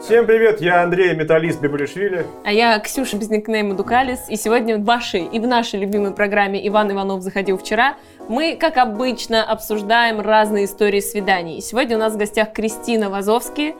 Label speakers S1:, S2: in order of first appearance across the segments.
S1: Всем привет, я Андрей, металлист Бибулишвили.
S2: А я Ксюша без никнейма Дукалис, и сегодня в вашей и в нашей любимой программе «Иван Иванов заходил вчера» мы, как обычно, обсуждаем разные истории свиданий. И сегодня у нас в гостях Кристина Вазовский,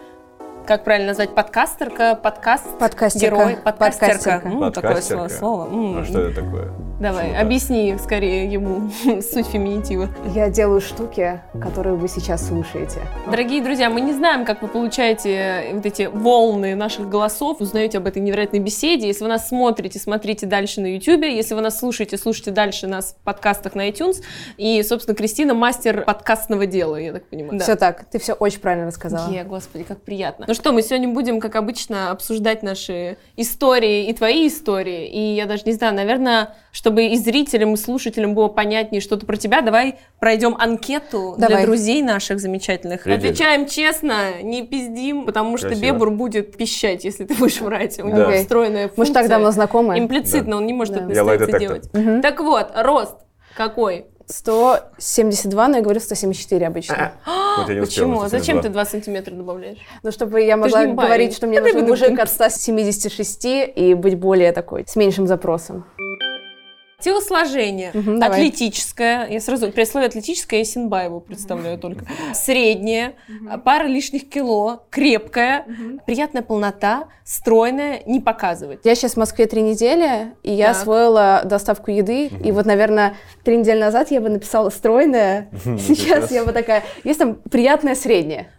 S2: как правильно назвать, подкастерка, подкаст,
S3: Подкастерка.
S2: герой, подкастерка.
S3: Подкастерка.
S2: М, такое
S1: Подкастерка.
S2: слово. слово. М,
S1: А что это такое?
S2: Давай,
S1: Что это?
S2: объясни скорее ему суть феминитива.
S3: Я делаю штуки, которые вы сейчас слушаете.
S2: Дорогие друзья, мы не знаем, как вы получаете э, вот эти волны наших голосов, узнаете об этой невероятной беседе. Если вы нас смотрите, смотрите дальше на YouTube. Если вы нас слушаете, слушайте дальше нас в подкастах на iTunes. И, собственно, Кристина мастер подкастного дела, я так понимаю. Да.
S3: Все так, ты все очень правильно рассказала.
S2: Е, господи, как приятно. Ну что, мы сегодня будем, как обычно, обсуждать наши истории и твои истории. И я даже не знаю, наверное, чтобы и зрителям, и слушателям было понятнее что-то про тебя, давай пройдем анкету для
S3: Давай.
S2: друзей наших замечательных.
S1: Людей.
S2: Отвечаем честно, не пиздим, потому что
S1: Красиво.
S2: Бебур будет пищать, если ты будешь врать. У
S1: Да.
S2: него
S3: Окей.
S2: встроенная функция.
S3: Мы же так давно знакомы.
S2: Имплицитно он не может
S3: Да.
S2: это
S1: Я
S2: настояться
S1: лайт-детектор.
S2: делать.
S3: Мгм.
S2: Так вот, рост какой?
S3: 172, но я говорю 174
S2: А.
S3: обычно.
S1: Вот я не успел
S2: Почему?
S1: на
S2: Зачем
S1: 172.
S2: ты 2 сантиметра добавляешь?
S3: Ну, чтобы я
S2: Ты же
S3: могла
S2: не парень.
S3: говорить, что мне
S2: Это
S3: нужен
S2: ребенок.
S3: мужик от 176 и быть более такой, с меньшим запросом.
S2: Телосложение.
S3: Мгм, давай.
S2: атлетическое. Я сразу при слове атлетическое я Синбаеву представляю только. Среднее. а, Пара лишних кило. Крепкая. Приятная полнота. Стройная. Не показывать.
S3: Я сейчас в Москве три недели, и я
S2: Так.
S3: освоила доставку еды. И вот, наверное, три недели назад я бы написала стройная. Сейчас
S1: Сейчас.
S3: я бы такая... Есть там приятное среднее.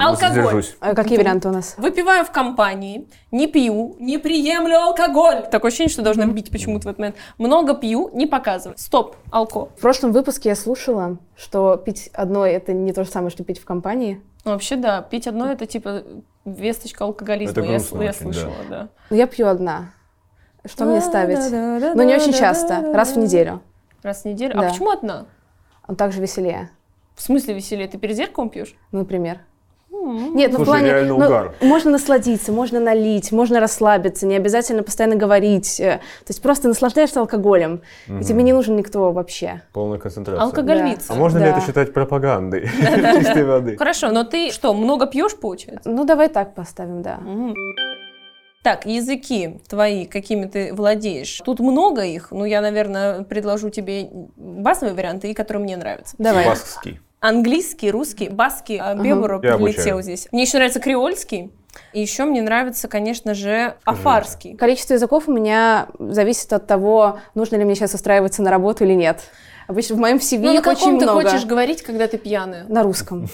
S2: Алкоголь.
S1: Воздержусь.
S3: А Какие варианты у нас?
S2: Выпиваю в компании, не пью, не приемлю алкоголь. Такое ощущение, что должна бить почему-то в этот момент. Много пью, не показывать. Стоп, алко.
S3: В прошлом выпуске я слушала, что пить одной это не то же самое, что пить в компании.
S2: Ну, вообще, да, пить одно это типа весточка
S1: Это
S2: алкоголизма. Я
S1: грустно
S2: сл- я,
S1: очень, да.
S2: слышала, да.
S3: Но я пью одна. Что мне ставить? Но
S2: Но
S3: не очень часто, раз в неделю.
S2: Раз в неделю. А
S3: Да.
S2: почему одна?
S3: Он также веселее,
S2: В смысле веселее? Ты перед зеркалом М-м-м. пьешь?
S3: например.
S2: М.
S3: Нет, ну
S1: Слушай,
S3: в плане...
S1: реально
S3: ну,
S1: угар.
S3: Можно насладиться, можно налить, можно расслабиться, не обязательно постоянно говорить. э, То есть просто наслаждаешься алкоголем, и тебе не нужен никто вообще.
S1: Полная концентрация.
S2: Алкоголица.
S1: А можно ли
S3: Да.
S1: это считать пропагандой чистой воды?
S2: Хорошо, но ты что, много пьешь, получается?
S3: Ну, давай так поставим, да.
S1: Типа
S2: М. Так, языки твои, какими ты владеешь. Тут много их, но я, наверное, предложу тебе базовые варианты, и которые мне нравятся.
S3: Давай.
S1: Баскский.
S2: Английский, русский, баски, а Бебору
S1: Я
S2: прилетел
S1: обучаю.
S2: здесь. Мне еще нравится креольский, и еще мне нравится, конечно же, афарский.
S3: Количество языков у меня зависит от того, нужно ли мне сейчас устраиваться на работу или нет. Обычно в моем CV
S2: Ну, на
S3: очень
S2: каком ты
S3: много.
S2: хочешь говорить, когда ты пьяная?
S3: На русском.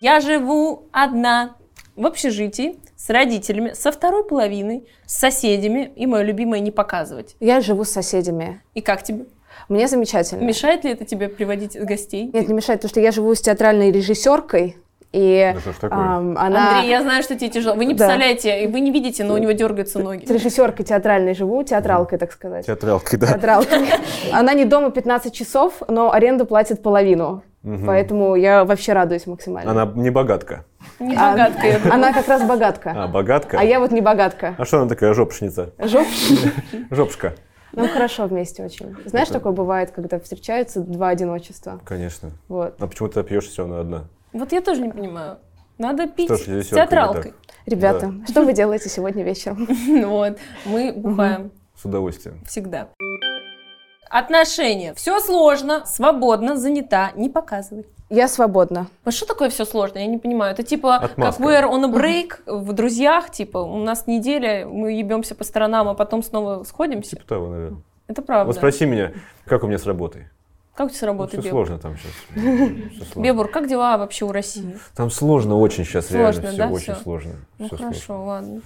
S2: Я живу одна в общежитии с родителями, со второй половиной, с соседями и мое любимое не показывать.
S3: Я живу с соседями.
S2: И как тебе?
S3: Мне замечательно.
S2: Мешает ли это тебе приводить гостей?
S3: Нет, не мешает, потому что я живу с театральной режиссеркой, и
S1: Да что ж такое?
S3: ам, она...
S2: Андрей, я знаю, что тебе тяжело. Вы не
S3: Да.
S2: представляете, и вы не видите, но у него дергаются
S3: С
S2: ноги.
S3: режиссеркой театральной живу, театралкой, так сказать.
S1: Театралка, да.
S3: Театралкой. Она не дома 15 часов, но аренду платит половину.
S1: Мгм.
S3: Поэтому я вообще радуюсь максимально.
S1: Она не богатка.
S2: Не
S3: А,
S2: богатка я.
S3: Она как раз богатка.
S1: А, богатка?
S3: А я вот не богатка.
S1: А что она такая, жопшница?
S3: Жоп.
S1: Жопшка.
S3: Нам Ну, хорошо вместе очень. Знаешь, такое бывает, когда встречаются два одиночества.
S1: Конечно.
S3: Вот.
S1: А почему ты пьешь все равно одна?
S2: Вот я тоже не понимаю. Надо пить
S1: Что ж,
S2: с
S1: режиссерка не
S2: театралкой.
S3: Ребята, что вы делаете сегодня вечером?
S2: Вот. Мы бухаем
S1: С удовольствием.
S2: всегда. Отношения. Все сложно, свободно, занята, не показывай.
S3: Я свободна.
S2: Вот «А что такое все сложно? Я не понимаю. Это типа
S1: Отмазка.
S2: как we're on a break в друзьях, типа у нас неделя, мы ебемся по сторонам, а потом снова сходимся.
S1: Типа того, наверное.
S2: Это правда.
S1: Вот спроси ну, меня, как у меня с работой?
S2: Как у тебя с работой,
S1: Все
S2: Бебур?
S1: сложно там сейчас.
S2: Бебур, как дела вообще у России?
S1: Там сложно очень сейчас,
S2: Сложно,
S1: реально все
S2: да,
S1: очень
S2: всё?
S1: сложно.
S2: Ну
S1: Всё
S2: хорошо,
S1: сложно.
S2: ладно.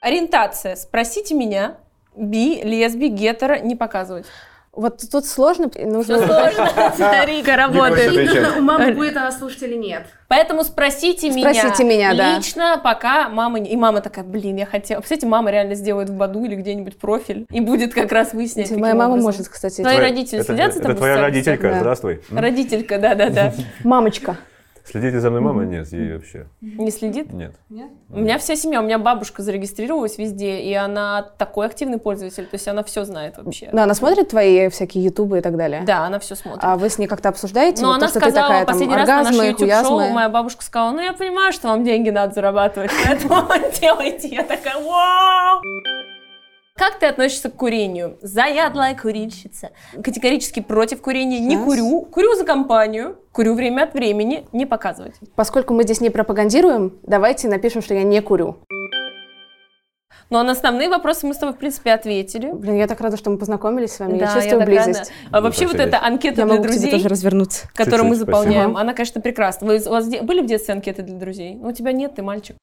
S2: Ориентация. Спросите меня. Би, лесби, гетера не показывать.
S3: Вот тут сложно, и нужно...
S2: Сложно, Рика
S1: Не бойся отвечать.
S3: мамы будет
S2: а
S3: она слушать или нет.
S2: Поэтому спросите меня.
S3: Спросите меня, да.
S2: Лично, пока мама не... И мама такая, блин, я хотела... Кстати, мама реально сделает в Баду или где-нибудь профиль и будет как раз выяснять, каким
S3: Моя мама
S2: образом.
S3: может, кстати.
S2: Твоя- Твои
S1: Твоя-
S2: родители
S1: это-
S2: следят за
S1: Это
S2: тобой
S1: твоя
S2: сами
S1: родителька,
S3: всегда?
S1: здравствуй.
S2: Родителька, да-да-да.
S3: Мамочка.
S1: Следите за мной, мама? Нет, ей вообще
S2: Не следит?
S1: нет.
S4: Нет?
S2: У меня вся семья, у меня бабушка зарегистрировалась везде, и она такой активный пользователь, то есть она все знает вообще.
S3: Ну, она смотрит твои всякие ютубы и так далее?
S2: Да, она все смотрит.
S3: А вы с ней как-то обсуждаете?
S2: Но
S3: вот то,
S2: она
S3: что
S2: сказала
S3: ты такая, там,
S2: последний раз на
S3: оргазмы,
S2: наше YouTube-шоу,
S3: хуязмы?
S2: моя бабушка сказала, ну я понимаю, что вам деньги надо зарабатывать, поэтому делайте. Я такая, вау! Как ты относишься к курению? Заядлая курильщица. Категорически против курения. Не
S3: Раз.
S2: курю. Курю за компанию. Курю время от времени. Не показывать.
S3: Поскольку мы здесь не пропагандируем, давайте напишем, что я не курю.
S2: Но на основные вопросы мы с тобой, в принципе, ответили.
S3: Блин, я так рада, что мы познакомились с вами.
S2: Да,
S3: я чувствую
S2: так рада.
S3: близость.
S2: А вообще вот
S1: Потерять.
S2: эта анкета для
S3: Я могу к тебе
S2: друзей,
S3: тоже развернуться.
S2: которую мы
S1: Чуть-чуть, спасибо.
S2: заполняем, она, конечно, прекрасна. Вы- у вас де- были в детстве анкеты для друзей? Ну, у тебя нет, ты мальчик.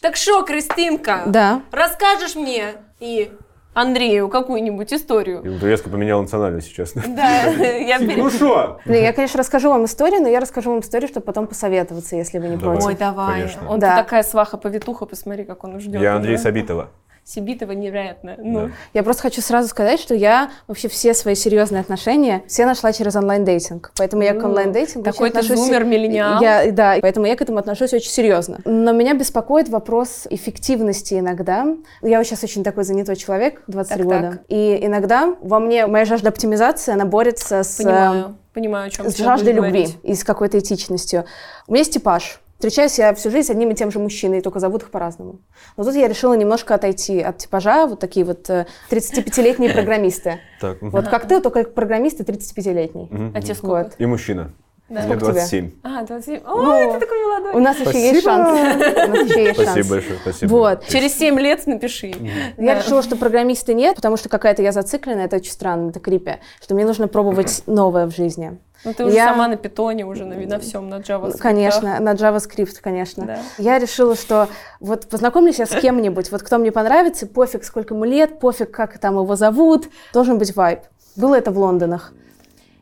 S2: Так что, Кристинка,
S3: Да.
S2: расскажешь мне и Андрею какую-нибудь историю?
S1: И вот резко поменял национальность сейчас.
S2: Да, я пере-
S1: Ну что?
S3: Блин, я, конечно, расскажу вам историю, но я расскажу вам историю, чтобы потом посоветоваться, если вы не
S1: Давай.
S3: против.
S2: Ой, давай.
S1: Конечно.
S2: Он
S3: Да.
S2: такая сваха-повитуха, посмотри, как он ждет.
S1: Я Андрей Сабитова.
S2: Сибитова невероятно. Ну,
S1: Да.
S3: Я просто хочу сразу сказать, что я вообще все свои серьезные отношения все нашла через онлайн-дейтинг. Поэтому я к
S2: Ну,
S3: онлайн-дейтингу
S2: такой
S3: очень
S2: ты
S3: отношусь-
S2: зумер, миллениал.
S3: Я, да, поэтому я к этому отношусь очень серьезно. Но меня беспокоит вопрос эффективности иногда. Я вот сейчас очень такой занятой человек, 23
S2: Так-так.
S3: года. И иногда во мне моя жажда оптимизации, она борется с... э,
S2: понимаю, понимаю, о чем
S3: с жаждой любви и с какой-то этичностью. У меня есть типаж. Встречаюсь я всю жизнь с одним и тем же мужчиной, только зовут их по-разному. Но тут я решила немножко отойти от типажа, вот такие вот э, 35-летние программисты.
S1: Так. мгм.
S3: Вот как ты, только программисты 35-летний.
S1: Мгм.
S2: А тебе сколько?
S3: Вот.
S1: И мужчина.
S2: Да.
S1: Мне
S3: Сколько тебе?
S1: 27.
S2: А, 27.
S3: Ну.
S2: Ой, ты такой молодой.
S3: У нас еще есть
S1: Спасибо.
S3: шанс. У нас еще есть шанс.
S1: Спасибо большое, спасибо.
S3: Вот.
S2: Через 7 лет напиши.
S3: Я
S2: Да.
S3: решила, что программисты нет, потому что какая-то я зациклена, это очень странно, это крипи, что мне нужно пробовать новое в жизни.
S2: Ну ты уже
S3: Я-
S2: сама на питоне, уже на, на всем, на Java.
S3: Конечно, на JavaScript, конечно.
S2: Да.
S3: Я решила, что вот познакомлюсь я с кем-нибудь, вот кто мне понравится, пофиг, сколько ему лет, пофиг, как там его зовут, должен быть вайб. Было это в Лондонах.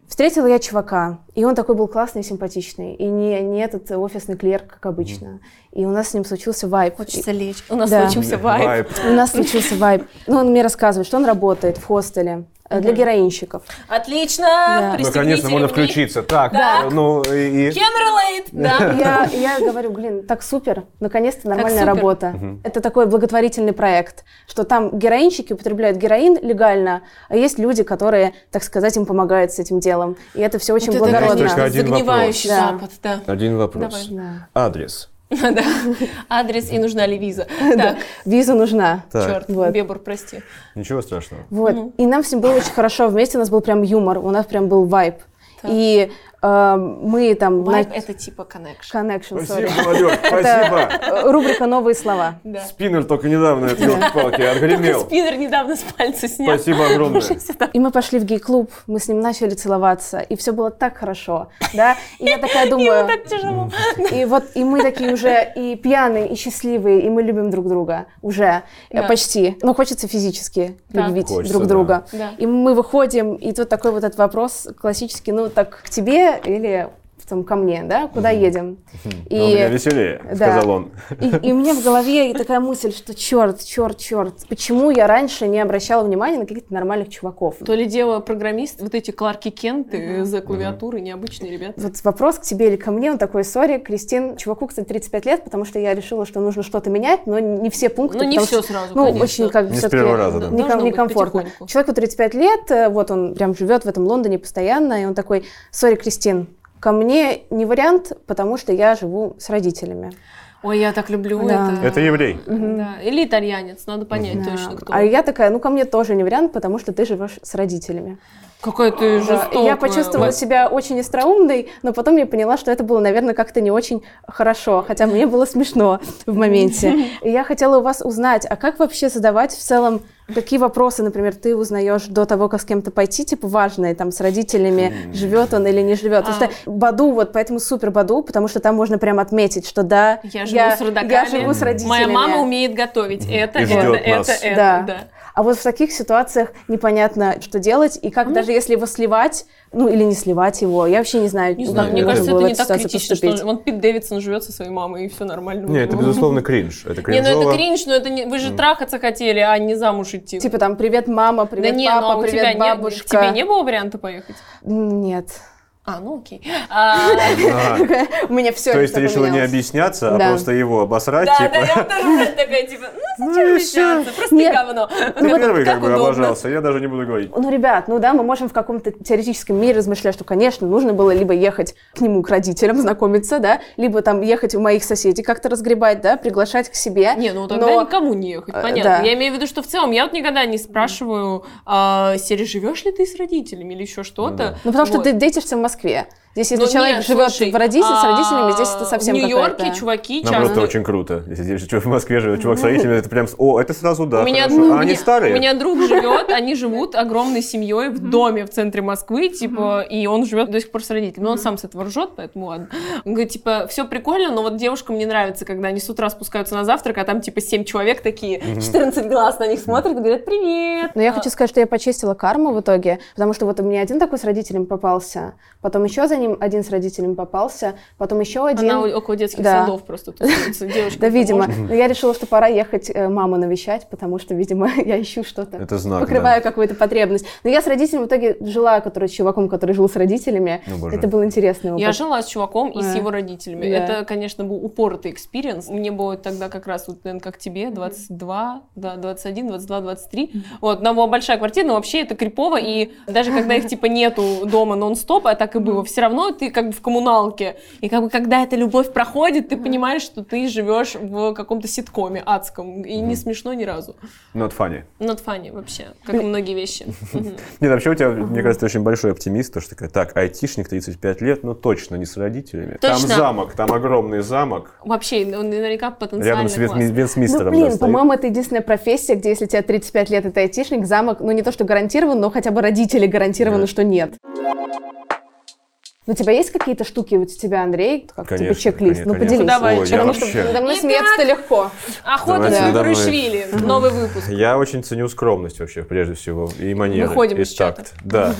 S3: Встретила я чувака, и он такой был классный, симпатичный, и не, не этот офисный клерк, как обычно. И у нас с ним случился вайб.
S2: Хочется лечь. У нас
S3: Да.
S2: случился вайб.
S3: У нас случился вайб. Ну, он мне рассказывает, что он работает в хостеле э, для героинщиков.
S2: Отлично!
S3: Да.
S2: Пристегните
S1: Наконец-то Ну, можно
S2: ремни.
S1: включиться. Так,
S2: Да.
S1: э, ну и... и-
S2: Хемерлейд! Да.
S3: Я, я говорю, блин, так супер, наконец-то нормальная
S2: супер.
S3: работа. Это такой благотворительный проект, что там героинщики употребляют героин легально, а есть люди, которые, так сказать, им помогают с этим делом. И это все очень
S2: Вот это,
S3: благородно.
S1: Есть только один
S2: Загнивающий
S3: вопрос.
S2: запад, да.
S1: Один вопрос.
S3: Да.
S1: Адрес.
S2: Да. Адрес и нужна ли виза. Так,
S3: Виза нужна.
S1: Так.
S2: черт,
S3: Вот.
S2: Бебур, прости.
S1: Ничего страшного.
S3: Вот. И нам с ним было очень хорошо вместе, у нас был прям юмор, у нас прям был вайб. И э, мы там...
S2: Вайб
S3: на-
S2: это типа connection.
S3: Connection, sorry.
S1: молодежь,
S3: Это э, рубрика «Новые слова».
S2: Да.
S1: Спиннер только недавно от палки отгремел.
S2: Спиннер недавно с пальца снял.
S1: Спасибо огромное.
S3: И мы пошли в гей-клуб, мы с ним начали целоваться, и все было так хорошо, да? И я такая
S2: Ему
S3: думаю,
S2: так тяжело.
S3: и вот и мы такие уже и пьяные, и счастливые, и мы любим друг друга уже э,
S2: Да.
S3: почти. Но хочется физически
S2: Да.
S3: любить
S1: Хочется,
S3: друг друга.
S2: да. Да.
S3: И мы выходим, и тут такой вот этот вопрос классический, ну так к тебе или там ко мне, да? Куда едем?
S1: Но А у меня
S3: И
S1: веселее,
S3: Да.
S1: сказал он.
S3: и, и у меня в голове и такая мысль, что черт, черт, черт, почему я раньше не обращала внимания на каких-то нормальных чуваков?
S2: То ли дело программист, вот эти Кларки Кенты э, за клавиатуры, необычные ребята.
S3: Вот вопрос к тебе или ко мне, он такой, сори, Кристин, чуваку, кстати, 35 лет, потому что я решила, что нужно что-то менять, но не все пункты.
S2: Ну, не
S3: потому
S2: все
S3: что,
S2: сразу,
S3: Ну,
S2: конечно.
S3: очень как бы
S1: Не с
S3: всё-таки
S1: первого раза, да.
S3: неком-
S2: Должно быть
S3: некомфортно.
S2: потихоньку.
S3: Человеку 35 лет, э, вот он прям живет в этом Лондоне постоянно, и он такой, сори, Кристин, ко мне не вариант, потому что я живу с родителями.
S2: Ой, я так люблю
S3: Да.
S2: это.
S1: Это еврей.
S2: Да. Или итальянец, надо понять
S3: Да.
S2: точно, кто.
S3: А я такая, ну ко мне тоже не вариант, потому что ты живешь с родителями.
S2: Какой ты
S3: Да,
S2: жестокая.
S3: Я почувствовала себя очень остроумной, но потом я поняла, что это было, наверное, как-то не очень хорошо, хотя мне было смешно в моменте. И я хотела у вас узнать, а как вообще задавать в целом такие вопросы, например, ты узнаешь до того, как с кем-то пойти, типа важные, там, с родителями, живет он или не живет.
S2: А.
S3: Потому что Баду, вот поэтому супер Баду, потому что там можно прям отметить, что да,
S2: Я живу с родаками.
S3: я живу с родителями.
S2: Моя мама умеет готовить. Это,
S1: И
S2: это,
S1: ждёт нас.
S2: это, это,
S3: Да.
S2: да.
S3: А вот в таких ситуациях непонятно, что делать, и как даже если его сливать, ну или не сливать его, я вообще не знаю,
S2: Не
S3: как
S2: знаю, мне
S1: да.
S3: нужно
S2: кажется,
S3: было
S2: это
S3: в
S2: не
S3: эту
S2: так
S3: ситуацию
S2: критично, что он-
S3: поступить.
S2: вон Пит Дэвидсон живет со своей мамой, и все нормально.
S1: Не, это, безусловно, кринж. Это
S2: Не, ну это
S1: кринжово.
S2: кринж, но это не... Вы же трахаться хотели, а не замуж идти.
S3: Типа там, привет, мама,
S2: да
S3: привет,
S2: не, ну, а
S3: папа,
S2: у
S3: привет,
S2: тебя не-
S3: бабушка.
S2: к тебе не было варианта поехать?
S3: М, Нет.
S2: А, ну окей. А,
S1: А,
S3: У меня все
S1: То есть ты решила не объясняться, а
S3: Да.
S1: просто его обосрать,
S2: Да, да,
S1: типа.
S2: я тоже блядь, такая, типа, ну
S1: Ну и
S2: зачем
S1: всё.
S2: объясняться, просто
S3: Нет.
S2: говно.
S1: Ты первый
S2: Ну как
S1: как бы
S2: удобно.
S1: облажался, я даже не буду говорить.
S3: Ну, ребят, ну да, мы можем в каком-то теоретическом мире размышлять, что, конечно, нужно было либо ехать к нему, к родителям, знакомиться, да, либо там ехать у моих соседей как-то разгребать, да, приглашать к себе.
S2: Не, ну тогда
S3: Но-
S2: никому не ехать,
S3: Э,
S2: понятно.
S3: да.
S2: Я имею в виду, что в целом я вот никогда не спрашиваю, а, Сири, живешь ли ты с родителями или еще что-то.
S1: да.
S3: Ну, потому что
S2: Вот.
S3: ты дейтишься в Москве. Здесь, если
S2: Ну,
S3: человек
S2: нет,
S3: живет
S2: слушай,
S3: в роди- с
S2: а,
S3: родителями, здесь это совсем
S2: В Нью-Йорке
S3: какая-то-
S2: чуваки
S1: Наоборот, это
S2: часто...
S1: очень круто. Если девушка- чувак в Москве живет, чувак с родителями, это прям... с- О, это сразу да,
S2: Ну. у меня,
S1: хорошо.
S2: друг-
S1: А они
S2: не-
S1: старые?
S2: у меня друг живет, они живут огромной семьей в доме в центре Москвы, типа, и он живет до сих пор с родителями. Но он сам с этого ржет, поэтому ладно. Он говорит, типа, все прикольно, но вот девушкам не нравится, когда они с утра спускаются на завтрак, а там типа 7 человек такие, 14 глаз на них смотрят, говорят, привет.
S3: Но я хочу сказать, что я почистила карму в итоге, потому что вот у меня один такой с родителем попался, потом еще за ним один с родителем попался, потом еще один.
S2: Она у- около детских
S3: Да.
S2: садов просто тусуется. Девушка,
S3: Да, видимо. Но я решила, что пора ехать э, маму навещать, потому что, видимо, я ищу что-то.
S1: Это знак,
S3: Покрываю какую-то потребность. Но я с родителями в итоге жила, который с чуваком, который жил с родителями.
S1: Ну, Э, боже.
S3: Это был интересный опыт.
S2: Я жила с чуваком и с
S3: Да.
S2: его родителями.
S3: Да.
S2: Это, конечно, был упоротый экспириенс. Мне было тогда как раз, вот, наверное, как тебе, 22, да, 21, 22, 23. Вот, нам была большая квартира, но вообще это крипово, и даже когда их, типа, нету дома нон-стоп, а так и было, все равно ты как бы в коммуналке. И как бы, когда эта любовь проходит, ты понимаешь, что ты живешь в каком-то ситкоме адском, и не смешно ни разу.
S1: Not funny.
S2: Not funny вообще, как и многие вещи. Мгм.
S1: Нет, вообще у тебя, мне кажется, ты очень большой оптимист, потому что такая, так, айтишник, 35 лет, но точно не с родителями. Там
S2: Точно.
S1: замок, там огромный замок.
S2: Вообще, он наверняка потенциально
S1: Рядом с Вес-
S2: классный.
S1: Вестминстером.
S3: Ну,
S1: да,
S3: блин,
S1: стоит.
S3: по-моему, это единственная профессия, где если тебе 35 лет, и ты айтишник, замок, ну, не то, что гарантирован, но хотя бы родители гарантированы,
S1: Да.
S3: что нет. Ну, У тебя есть какие-то штуки вот у тебя, Андрей?
S2: типа
S3: Как
S1: Конечно,
S3: тебе чек-лист?
S1: конечно,
S3: Ну, поделись.
S1: конечно.
S2: Давай,
S1: Ой, я
S3: Потому что
S1: вообще-
S3: надо мной
S2: Итак.
S3: смеяться-то легко.
S2: Охота
S1: Давайте
S2: на
S1: надо мной.
S2: Грушвили. Новый выпуск.
S1: Я очень ценю скромность вообще, прежде всего, и манеры,
S2: Выходим
S1: и
S2: из чата.
S1: такт. Да,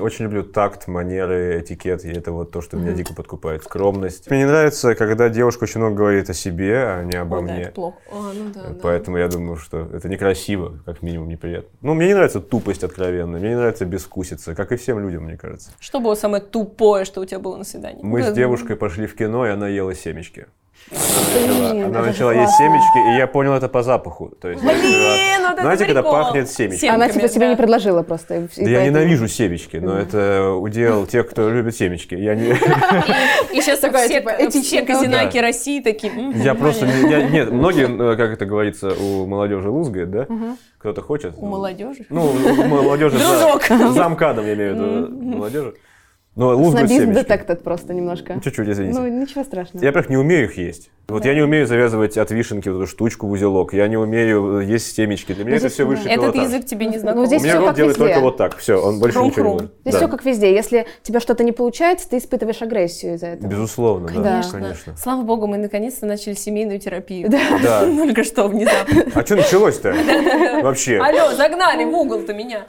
S1: очень люблю такт, манеры, этикет, и это вот то, что меня дико подкупает. Скромность. Мне не нравится, когда девушка очень много говорит о себе, а не обо
S2: О, да,
S1: мне.
S2: это плохо. А, ну да, да.
S1: Поэтому я думаю, что это некрасиво, как минимум неприятно. Ну, мне не нравится тупость откровенная, мне не нравится бескусица, как и всем людям, мне кажется.
S2: Что было самое тупое, что у тебя было на свидании?
S1: Мы
S2: Да,
S1: с девушкой пошли в кино, и она ела семечки.
S3: Блин,
S1: Она
S3: это
S1: начала
S3: классно.
S1: есть семечки, и я понял это по запаху. То есть, я
S2: Блин, вот это
S1: Знаете, когда
S2: прикол.
S1: пахнет семечками?
S3: Она
S2: Например,
S3: типа тебе
S2: да.
S3: не предложила просто. и
S1: Да я
S3: поэтому-
S1: ненавижу семечки, но это удел тех, кто любит семечки. Я, не,
S2: И сейчас
S3: Такая,
S2: все,
S3: типа,
S2: все
S3: этично.
S2: казинаки
S1: Да.
S2: России такие. «М,
S1: я просто...
S2: понятно».
S1: не- я- нет, многие, э, как это говорится, у молодежи лузгает, да? Кто-то хочет.
S2: У молодежи.
S1: Ну, у молодежи за,
S2: Дружок.
S1: за МКАДом, я имею в виду, молодежи. Но лузгают
S3: Снобизм
S1: семечки.
S3: детектед просто немножко.
S1: Чуть-чуть, извините.
S3: Ну, ничего страшного.
S1: Я, во-первых, не умею их есть. Вот я не умею завязывать от вишенки вот эту штучку в узелок. Я не умею э, есть семечки. Для меня
S3: Ну,
S1: это
S3: здесь,
S1: все
S3: да.
S1: выше
S2: Этот
S1: пилотаж.
S2: язык тебе не знаком.
S3: Ну,
S1: типа У
S3: здесь
S1: меня
S3: всё
S1: рот
S3: как
S1: делает
S3: везде.
S1: только вот так. Все, он больше ничего не
S2: Хрум-хрум.
S1: может.
S3: Здесь
S1: Да.
S3: все как везде. Если тебе что-то не получается, ты испытываешь агрессию из-за этого.
S1: Безусловно, да,
S3: Конечно.
S1: конечно.
S2: Слава богу, мы наконец-то начали семейную терапию.
S1: Да.
S2: Только что внезапно.
S1: А что началось-то вообще?
S2: Алло, загнали в угол-то меня.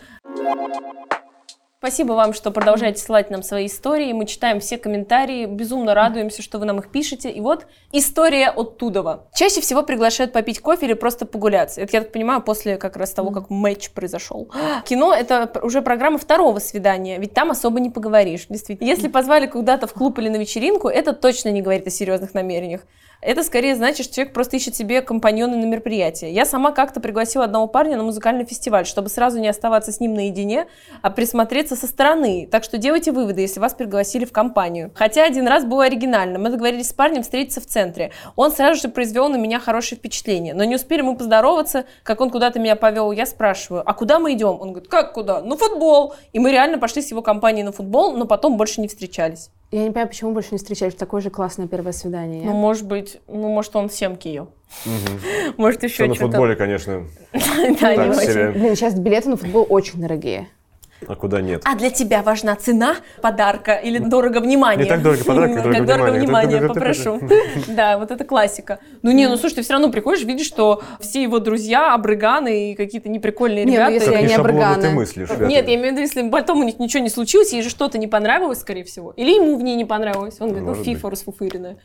S2: Спасибо вам, что продолжаете слать нам свои истории. Мы читаем все комментарии, безумно радуемся, что вы нам их пишете. И вот история оттудова. Чаще всего приглашают попить кофе или просто погуляться. Это, я так понимаю, после как раз того, как матч произошел. Кино — это пр- уже программа второго свидания, ведь там особо не поговоришь, действительно. Если позвали куда-то в клуб или на вечеринку, это точно не говорит о серьезных намерениях. Это скорее значит, что человек просто ищет себе компаньоны на мероприятие. Я сама как-то пригласила одного парня на музыкальный фестиваль, чтобы сразу не оставаться с ним наедине, а присмотреться со стороны. Так что делайте выводы, если вас пригласили в компанию. Хотя один раз было оригинально. Мы договорились с парнем встретиться в центре. Он сразу же произвел на меня хорошее впечатление. Но не успели мы поздороваться, как он куда-то меня повел. Я спрашиваю, а куда мы идем? Он говорит, как куда? На футбол. И мы реально пошли с его компанией на футбол, но потом больше не встречались.
S3: Я не понимаю, почему больше не встречаешь такое же классное первое свидание.
S2: Ну, может быть, ну, может, он семки ел. Может, еще
S1: Что на
S2: что-то.
S1: футболе, конечно,
S2: Да, не
S1: Ну так
S2: очень.
S1: себе.
S3: Блин, сейчас билеты на футбол очень дорогие.
S1: А куда нет?
S2: А для тебя важна цена подарка или дорого внимание?
S1: Не так дорого подарок, как дорого внимание.
S2: попрошу. Да, вот это классика. Ну не, ну слушай, ты все равно приходишь, видишь, что все его друзья обрыганы и какие-то неприкольные
S3: Не, ну,
S2: ребята.
S3: если
S1: Как
S3: Я не
S1: нешаблонно ты
S3: обрыгана.
S1: мыслишь. ребята.
S2: Нет, я имею в виду, если потом у них ничего не случилось, ей же что-то не понравилось, скорее всего. Или ему в ней не понравилось. Он говорит, ну
S1: Может
S2: фифа расфуфыренная.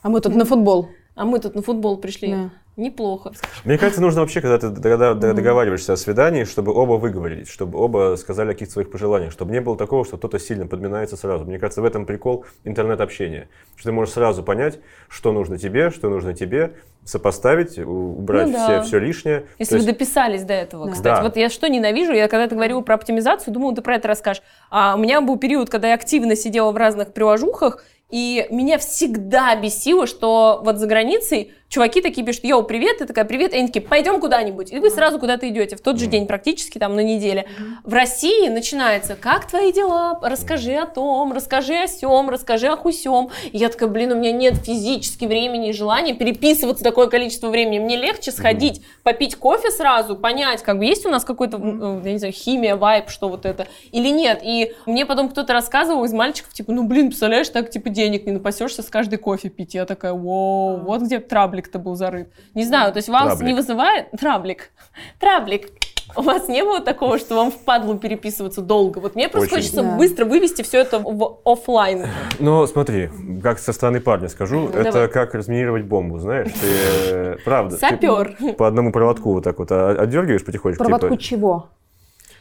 S3: А мы тут на футбол.
S1: Типа.
S2: А мы тут на футбол пришли.
S3: Да.
S2: Неплохо.
S1: Мне кажется, нужно вообще, когда ты догада- д-
S2: Мгм.
S1: договариваешься о свидании, чтобы оба выговорились, чтобы оба сказали о каких-то своих пожеланиях, чтобы не было такого, что кто-то сильно подминается сразу. Мне кажется, в этом прикол интернет-общения, что ты можешь сразу понять, что нужно тебе, что нужно тебе, сопоставить, у- убрать
S2: Ну
S1: все,
S2: да.
S1: все лишнее.
S2: Если
S1: То есть-
S2: вы дописались до этого,
S3: Да.
S2: кстати.
S1: Да.
S2: Вот я что ненавижу, я когда ты говорила про оптимизацию, думала, ты про это расскажешь. А у меня был период, когда я активно сидела в разных приложухах, и меня всегда бесило, что вот за границей чуваки такие пишут, йоу, привет, ты такая, привет, и они такие, пойдем куда-нибудь. И вы сразу куда-то идете, в тот же
S1: Мгм.
S2: день практически, там, на неделе. В России начинается, как твои дела, расскажи о том, расскажи о сем, расскажи о хусем. И я такая, блин, у меня нет физически времени и желания переписываться такое количество времени. Мне легче сходить, попить кофе сразу, понять, как бы есть у нас какой-то, м, э, я не знаю, химия, вайп, что вот это, или нет. И мне потом кто-то рассказывал из мальчиков, типа, ну, блин, представляешь, так, типа, денег не напасешься с каждой кофе пить. Я такая, воу, вот где траблик-то был зарыт. Не знаю, то есть вас
S1: Траблик.
S2: не вызывает... Траблик. Траблик. У вас не было такого, что вам впадлу переписываться долго? Вот мне просто
S1: Очень.
S2: хочется
S3: Да.
S2: быстро вывести все это в офлайн.
S1: Но ну, смотри, как со стороны парня скажу,
S2: Ну,
S1: это
S2: давай.
S1: как разминировать бомбу, знаешь? Ты, э, правда. ты
S2: Сапер.
S1: по одному проводку вот так вот а- отдергиваешь потихонечку.
S3: Проводку
S1: типа.
S3: чего?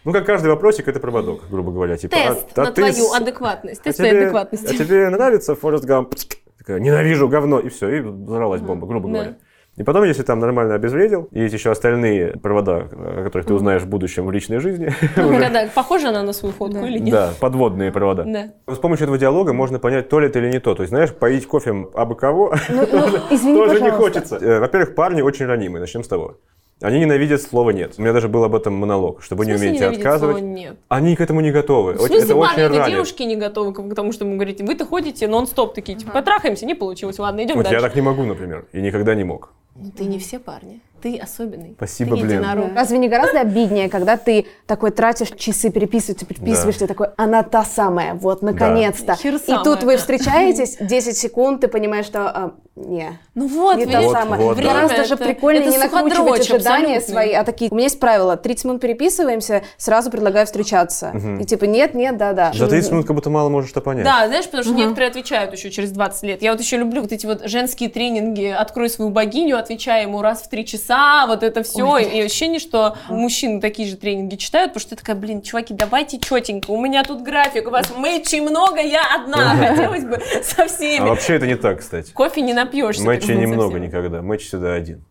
S1: Ну, как каждый вопросик, это проводок, грубо говоря. Типа, а-
S2: Тест
S1: а
S2: на
S1: ты
S2: твою
S1: с-
S2: адекватность.
S1: а
S2: Тест твоей
S1: тебе, а
S2: адекватности.
S1: тебе нравится Форест Гамп? Такая, ненавижу говно, и все, и взорвалась бомба, грубо
S2: Да.
S1: говоря. И потом, если там нормально обезвредил, и есть еще остальные провода, о которых ты узнаешь в будущем в личной жизни, уже,
S2: Да-да, Похожа она на свою фотку
S3: Да.
S2: или нет?
S1: да, подводные провода.
S2: Да.
S1: С помощью этого диалога можно понять, то ли это или не то. То есть, знаешь, поить кофе абы кого
S3: Ну, ну, извини,
S1: тоже не
S3: пожалуйста.
S1: хочется. Э, Во-первых, парни очень ранимые, начнем с того. Они ненавидят слово «нет». У меня даже был об этом монолог, что вы
S2: В
S1: не
S2: смысле
S1: умеете
S2: ненавидеть
S1: отказывать.
S2: слово «нет»?
S1: Они к этому не готовы.
S2: В
S1: Очень-
S2: смысле,
S1: это очень
S2: ладно, это
S1: ранит.
S2: девушки не готовы к к тому, что мы говорите. Вы-то ходите нон-стоп такие, типа, потрахаемся, не получилось, ладно, идем
S1: Вот я
S2: дальше.
S1: так не могу, например, и никогда не мог.
S2: Ну, ты не все парни, ты особенный.
S1: Спасибо,
S2: ты
S1: блин.
S2: единорог.
S3: Разве не гораздо обиднее, когда ты такой тратишь часы, переписываешься, переписываешь,
S1: Да.
S3: ты такой, она та самая, вот, наконец-то.
S2: Хер
S3: И
S2: самая.
S3: тут вы встречаетесь, 10 секунд, ты понимаешь, что а, не,
S2: Ну вот,
S3: не
S2: видишь,
S3: та
S1: Вот,
S3: самая.
S1: вот, да.
S2: время
S3: Гораздо же
S2: это-
S3: прикольно
S2: это
S3: не накручивать
S2: суходрочь
S3: ожидания
S2: абсолютный.
S3: свои, а такие, у меня есть правило, 30 минут переписываемся, сразу предлагаю встречаться. И типа, нет, нет, да-да.
S1: За 30 минут как будто мало можешь что понять.
S2: А Да, знаешь, потому что некоторые отвечают еще через 20 лет. Я вот еще люблю вот эти вот женские тренинги «Открой свою богиню», отвечай ему раз в три часа, вот это все. И ощущение, что мужчины такие же тренинги читают, потому что ты такая, блин, чуваки, давайте четенько, у меня тут график, у вас мэчей много, я одна, хотелось бы со
S1: А
S2: всеми.
S1: вообще это не так, кстати.
S2: Кофе не напьешься.
S1: Мэтчей немного
S2: никак.
S1: никогда. Мэтч всегда один.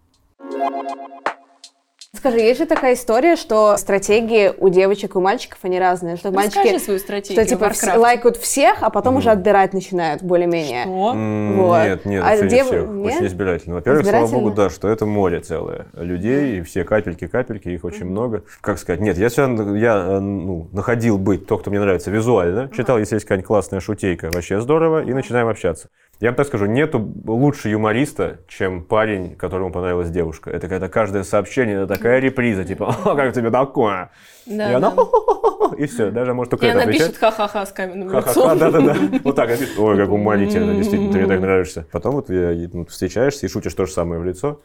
S3: Скажи, есть же такая история, что стратегии у девочек и у мальчиков, они разные, что
S2: Расскажи
S3: Ну, мальчики...
S2: свою стратегию
S3: Что типа
S2: в
S3: вс-
S2: Warcraft.
S3: лайкают всех, а потом уже отбирать начинают более-менее.
S2: О,
S1: М,
S3: Вот.
S1: Нет, нет,
S3: А
S1: вообще не
S3: дев-
S1: всех.
S3: нет?
S1: Очень избирательно. Во-первых, слава
S3: Избирательно?
S1: богу, да, что это море целое людей, и все капельки, капельки, их очень много. Как сказать, нет, я себя, я э, ну, находил быть то, кто мне нравится визуально, читал, если есть какая-нибудь классная шутейка, вообще здорово, и начинаем общаться. Я вам так скажу, нету лучше юмориста, чем парень, которому понравилась девушка. Это когда каждое сообщение, это такая реприза, типа, «О, как тебе такое?
S2: да,
S1: и она,
S2: да.
S1: «Хо-хо-хо-хо». и все, даже может только
S2: И
S1: это
S2: она
S1: отвечать.
S2: пишет ха-ха-ха с каменным
S1: Ха-ха-ха,
S2: лицом.
S1: да-да-да. Вот так напишешь. Ой, как уморительно, действительно, ты мне так нравишься. Потом вот э, ну, встречаешься и шутишь то же самое в лицо.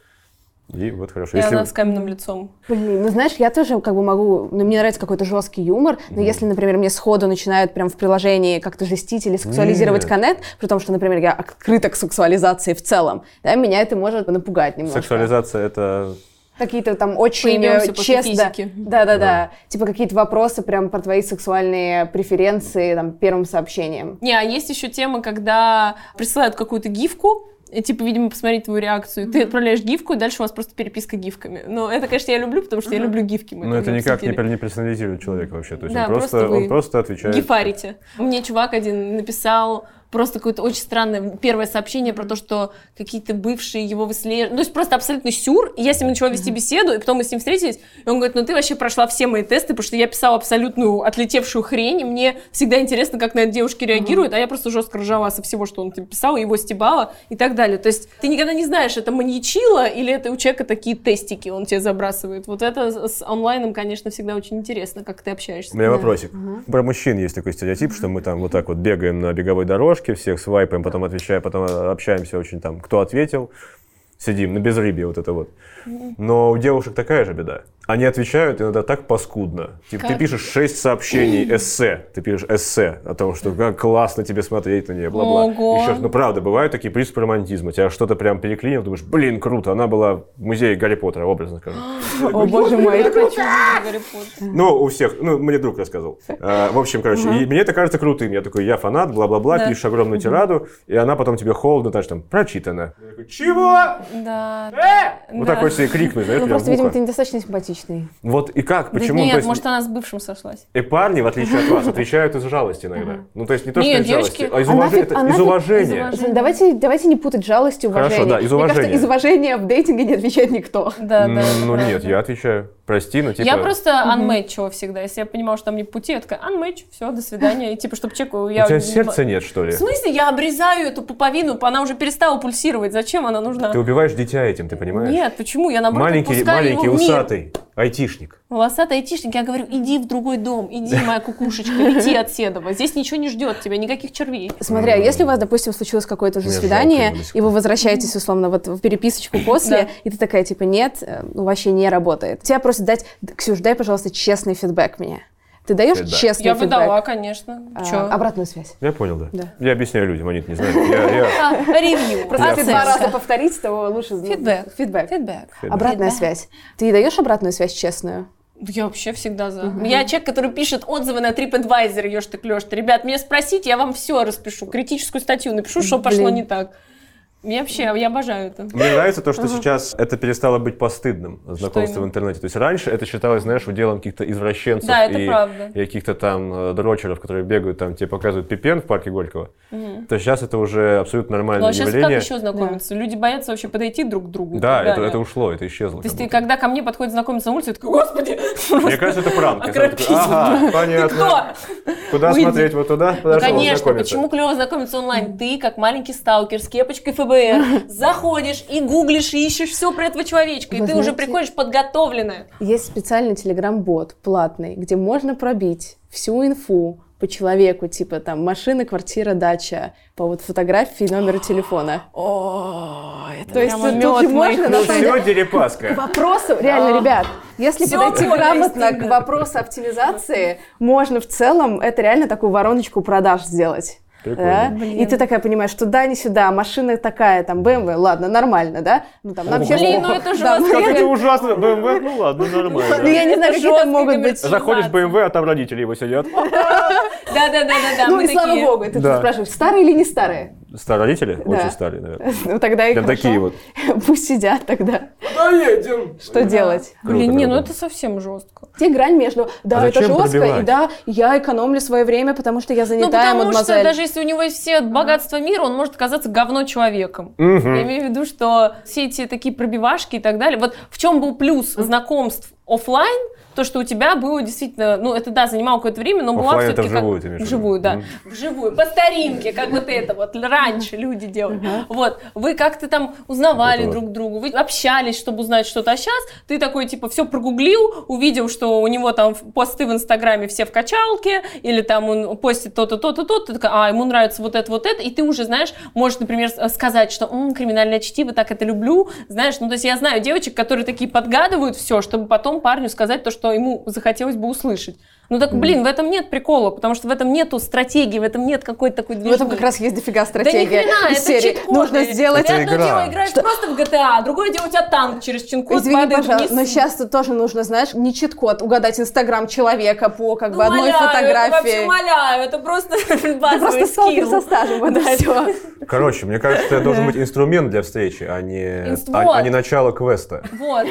S1: И вот хорошо.
S2: И
S1: Если-
S2: она с каменным лицом.
S3: Блин, ну знаешь, я тоже как бы могу, ну мне нравится какой-то жесткий юмор, но если, например, мне сходу начинают прям в приложении как-то жестить или сексуализировать
S1: Нет.
S3: коннект, при том, что, например, я открыта к сексуализации в целом, да, меня это может напугать немножко.
S1: Сексуализация это...
S3: Какие-то там очень
S2: Появимся
S3: э,
S2: после
S3: честно.
S2: физики.
S3: Да-да-да. Типа какие-то вопросы прям про твои сексуальные преференции там первым сообщением.
S2: Не, а есть еще тема, когда присылают какую-то гифку, э, типа, видимо, посмотреть твою реакцию. Ты отправляешь гифку, и дальше у вас просто переписка гифками. Но это, конечно, я люблю, потому что я люблю гифки. мы
S1: Ну, это
S2: не
S1: никак не,
S2: обсудили.
S1: пер- не персонализирует человека вообще. То есть
S2: Да,
S1: он, просто,
S2: просто вы
S1: он просто отвечает.
S2: Гифарите. Мне чувак один написал просто какое-то очень странное первое сообщение про то, что какие-то бывшие его выслеживают. Ну, то есть просто абсолютно сюр. И я с ним начала вести беседу, и потом мы с ним встретились, и он говорит, ну ты вообще прошла все мои тесты, потому что я писала абсолютную отлетевшую хрень, и мне всегда интересно, как на это девушки реагируют, а я просто жестко ржала со всего, что он там писал, его стебала и так далее. То есть ты никогда не знаешь, это маньячило или это у человека такие тестики он тебе забрасывает. Вот это с онлайном, конечно, всегда очень интересно, как ты общаешься.
S1: У меня вопросик. Про мужчин есть такой стереотип, что мы там вот так вот бегаем на беговой дорожке, всех свайпаем, потом отвечаем, потом э, общаемся очень там, кто ответил, сидим на безрыбье вот это вот. Но у девушек такая же беда, Они отвечают иногда так паскудно. Типа, ты
S2: Как?
S1: пишешь 6 сообщений эссе. Ты пишешь эссе о том, что как классно тебе смотреть на нее, бла-бла.
S2: Ого.
S1: Еще, ж, ну правда, бывают такие приступы романтизма. Тебя что-то прям переклинило, думаешь, блин, круто, она была в музее Гарри Поттера, образно скажу.
S3: О, боже мой.
S1: Ну, у всех. Ну, мне друг рассказывал. А, В общем, короче, и мне это кажется крутым. Я такой, я фанат, бла-бла-бла,
S2: Да.
S1: пишешь огромную тираду, и она потом тебе холодно, даже там, прочитана. Я такой, Чего?
S2: Да.
S1: Э! Вот
S2: Да.
S1: так хочется ей крикнуть, знаешь,
S4: Ну,
S1: прям в
S4: просто, видимо,
S1: ухо.
S4: ты недостаточно симпатичный.
S1: Вот и как, почему?
S2: Да
S1: То
S2: нет,
S1: есть,
S2: может, она с бывшим сошлась.
S1: И парни, в отличие от вас, отвечают из жалости иногда. Ну, то есть не то, что
S2: Нет,
S1: из жалости,
S2: девочки,
S1: а из
S4: она
S1: уважения.
S4: ведь-
S1: это
S4: она
S1: Из
S4: ведь- из
S1: уважения.
S2: уважения.
S4: Слушай, Давайте, давайте не путать жалость и
S1: Хорошо,
S4: уважение.
S1: да, из
S4: Мне
S1: уважения.
S4: кажется, из уважения в дейтинге не отвечает никто.
S2: Да, да.
S1: Ну,
S2: правда.
S1: нет, я отвечаю. Прости, но типа...
S2: Я просто unmatchила всегда. Если я понимала, что там не пути, я такая unmatch, все, до свидания. И типа, чтобы человеку...
S1: У
S2: я-
S1: тебя сердца нет, что
S2: В
S1: ли?
S2: смысле? Я обрезаю эту пуповину, она уже перестала пульсировать. Зачем она нужна?
S1: Ты убиваешь дитя этим, ты понимаешь?
S2: Нет, почему? Я наоборот
S1: Маленький,
S2: отпускаю
S1: маленький,
S2: его в мир.
S1: усатый айтишник.
S2: Волосатый айтишник, я говорю, иди в другой дом, иди, моя кукушечка, лети от Седова. Здесь ничего не ждет тебя, никаких червей.
S3: Смотря, если у вас, допустим, случилось какое-то уже
S1: Мне жалко
S3: свидание,
S1: его до сих
S3: и вы возвращаетесь, условно, вот в переписочку
S2: Да.
S3: после, и ты такая, типа, нет, э, ну, вообще не работает. Тебя просят дать, «Д- Ксюш, дай, пожалуйста, честный фидбэк мне. Ты даешь
S1: Фидбэк.
S3: честный
S2: Я бы
S3: фидбэк?
S2: дала, конечно.
S4: А,
S2: Чё?
S4: Обратную связь.
S1: Я понял, да.
S3: Да.
S1: Я объясняю людям, они это не знают. Я- я-
S2: А, Ревью.
S4: Просто если два
S2: оценка.
S4: раза повторить, то лучше знать.
S2: Фидбэк.
S4: Фидбэк.
S2: Фидбэк.
S3: Обратная
S2: Фидбэк.
S3: связь. Ты даешь обратную связь честную?
S2: Я вообще всегда за. Я человек, который пишет отзывы на TripAdvisor, ешь ты клешь ты. Ребят, меня спросите, я вам все распишу. Критическую статью напишу, что пошло
S3: Блин.
S2: не так. Я вообще, я обожаю это. Ну, а
S1: Мне нравится то, что сейчас это перестало быть постыдным знакомство в
S2: именно?
S1: интернете. То есть раньше это считалось, знаешь, уделом каких-то извращенцев
S2: Да, это
S1: и,
S2: правда.
S1: и каких-то там э, дрочеров, которые бегают, там тебе показывают пипен в парке Горького. То сейчас это уже абсолютно
S2: Ну
S1: нормальное
S2: а сейчас как
S1: явление.
S2: еще знакомиться? Люди боятся вообще подойти друг к другу.
S1: Да, это,
S2: реально.
S1: это ушло, это исчезло.
S2: То есть
S1: как
S2: ты,
S1: будто.
S2: когда ко мне подходит знакомиться на улице, я такой, господи! просто
S1: Мне кажется, это пранк. Я сам такой,
S2: окропись.
S1: ага,
S2: Ты
S1: понятно.
S2: кто?
S1: Куда
S2: Уйди.
S1: смотреть? Вот туда?
S2: Ну,
S1: Подошел,
S2: конечно,
S1: знакомиться.
S2: почему клево знакомиться онлайн? Ты, как маленький сталкер с кепочкой ФБР, заходишь и гуглишь, и ищешь все про этого человечка, и
S4: Вы
S2: ты уже
S4: знаете-
S2: приходишь подготовленная.
S3: Есть специальный телеграм-бот платный, где можно пробить всю инфу по человеку, типа там машина, квартира, дача, по вот фотографии, номеру телефона.
S2: О, это
S3: То есть
S2: прямо
S3: тут
S2: мёд
S3: же
S2: моих
S3: можно
S2: душ.
S3: на самом деле-
S1: Все
S3: К
S1: Ну, Дерипаска.
S3: вопросу, реально, ребят, если
S2: А. Всё
S3: подойти
S2: можно
S3: грамотно
S2: из
S3: к
S2: Тиндера.
S3: вопросу оптимизации, можно в целом это реально такую вороночку продаж сделать.
S1: Прикольно.
S3: Да? И ты такая понимаешь, что да, не сюда, машина такая, там, BMW, ладно, нормально, да? Ну, там, на
S1: Ого.
S3: общественном-
S2: Блин, ну это же
S3: Да,
S2: вас-
S3: ну,
S1: Как
S3: я-
S1: это ужасно. BMW, ну ладно,
S3: ну,
S1: нормально.
S3: я не знаю,
S2: Это
S3: какие там
S2: жёсткий
S3: могут быть...
S2: коммерческий
S1: Заходишь в BMW, а там родители его сидят.
S2: Да, да, да, да, да.
S3: Ну
S2: мы
S3: и слава
S2: такие.
S3: богу, и ты
S1: Да.
S3: тут спрашиваешь, старые или не старые?
S1: Старые родители? Очень
S3: Да.
S1: старые, наверное.
S3: Ну тогда и
S1: Прям
S3: хорошо.
S1: такие вот.
S3: Пусть сидят тогда.
S1: Поедем!
S3: Что делать?
S2: Блин,
S1: Круто,
S2: не,
S1: круто.
S2: ну это совсем жестко.
S3: Где грань между да,
S1: А
S3: это
S1: зачем
S3: жестко, и
S1: пробивать?
S3: да, я экономлю свое время, потому что я
S2: Ну,
S3: занятая
S2: потому что
S3: мадемуазель.
S2: даже если у него есть все богатства мира, он может оказаться говно человеком.
S1: Мгм.
S2: Я имею в виду, что все эти такие пробивашки и так далее. Вот в чем был плюс знакомств оффлайн, то, что у тебя было действительно, ну это да, занимало какое-то время, но была
S1: Оффлайн это
S2: все-таки
S1: вживую, ты
S2: как...
S1: имеешь в виду?
S2: вживую, да,
S1: Мгм.
S2: вживую, по старинке, как вот это вот раньше люди делали. Вот вы как-то там узнавали
S1: Вот это вот.
S2: друг друга, вы общались, чтобы узнать что-то. А сейчас ты такой типа все прогуглил, увидел, что у него там посты в Инстаграме все в качалке, или там он постит то-то, то-то, то-то, ты такая, а ему нравится вот это, вот это, и ты уже знаешь, можешь, например, с- сказать, что «М, криминальное чтиво, так это люблю, знаешь, ну то есть я знаю девочек, которые такие подгадывают все, чтобы потом парню сказать то, что ему захотелось бы услышать. Ну так, блин, в этом нет прикола, потому что в этом нету стратегии, в этом нет какой-то такой
S3: В этом
S2: движухи.
S3: Ну, как раз есть
S2: Да
S3: дофига
S2: ни
S3: стратегия
S2: хрена,
S3: из
S2: это
S3: серии.
S2: чит-коды.
S3: Нужно сделать...
S2: Ты
S1: Это
S2: одно
S1: игра.
S2: дело играешь просто в GTA, а другое дело у тебя танк через чинку
S3: Извини,
S2: падает
S3: пожалуйста,
S2: вниз.
S3: но сейчас тут тоже нужно, знаешь, не чит-код, угадать инстаграм человека по как
S2: Ну,
S3: бы одной
S2: умоляю, Это вообще
S3: фотографии.
S2: умоляю, это просто
S3: Ты
S2: базовый
S3: просто сталкер
S2: скилл.
S3: со стажем, вот
S2: Да,
S3: и все.
S1: Короче, мне кажется, это должен быть инструмент для встречи, а не,
S2: Инст-
S1: а, а
S2: вот.
S1: не начало квеста.
S2: Вот.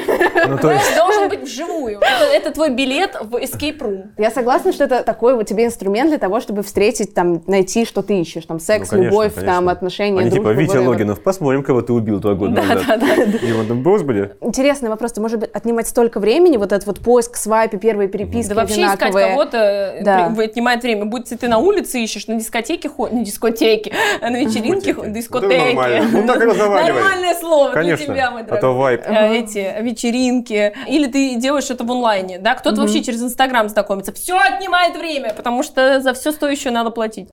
S1: Ну, то есть,
S2: Должен быть вживую. Это, это твой билет в escape room.
S3: Я согласна, что это такой вот тебе инструмент для того, чтобы встретить, там, найти, что ты ищешь, там,
S1: ну,
S3: секс,
S1: конечно,
S3: любовь,
S1: конечно.
S3: там, отношения,
S1: Они типа,
S3: дружба,
S1: Витя
S3: whatever».
S1: Логинов, посмотрим, кого ты убил два года назад. И ну, он там, господи.
S3: Интересный вопрос, ты, может быть, отнимать столько времени, вот этот вот поиск, свайпы, первые переписки
S2: Да вообще искать
S3: одинаковые.
S2: кого-то э,
S3: Да.
S2: при- отнимает время. Будь ты на улице ищешь, на дискотеке, хо- на дискотеке, а на вечеринке, хо-
S1: Вот это
S2: дискотеке.
S1: нормально. Ну, так и разговаривай.
S2: Нормальное слово для
S1: Конечно,
S2: тебя, мой
S1: а
S2: дорогой.
S1: то вайп.
S2: Э, эти вечеринки, или ты делаешь это в онлайне, да, кто-то вообще через Инстаграм знакомится. Все отнимает время, потому что за все стоящее надо платить.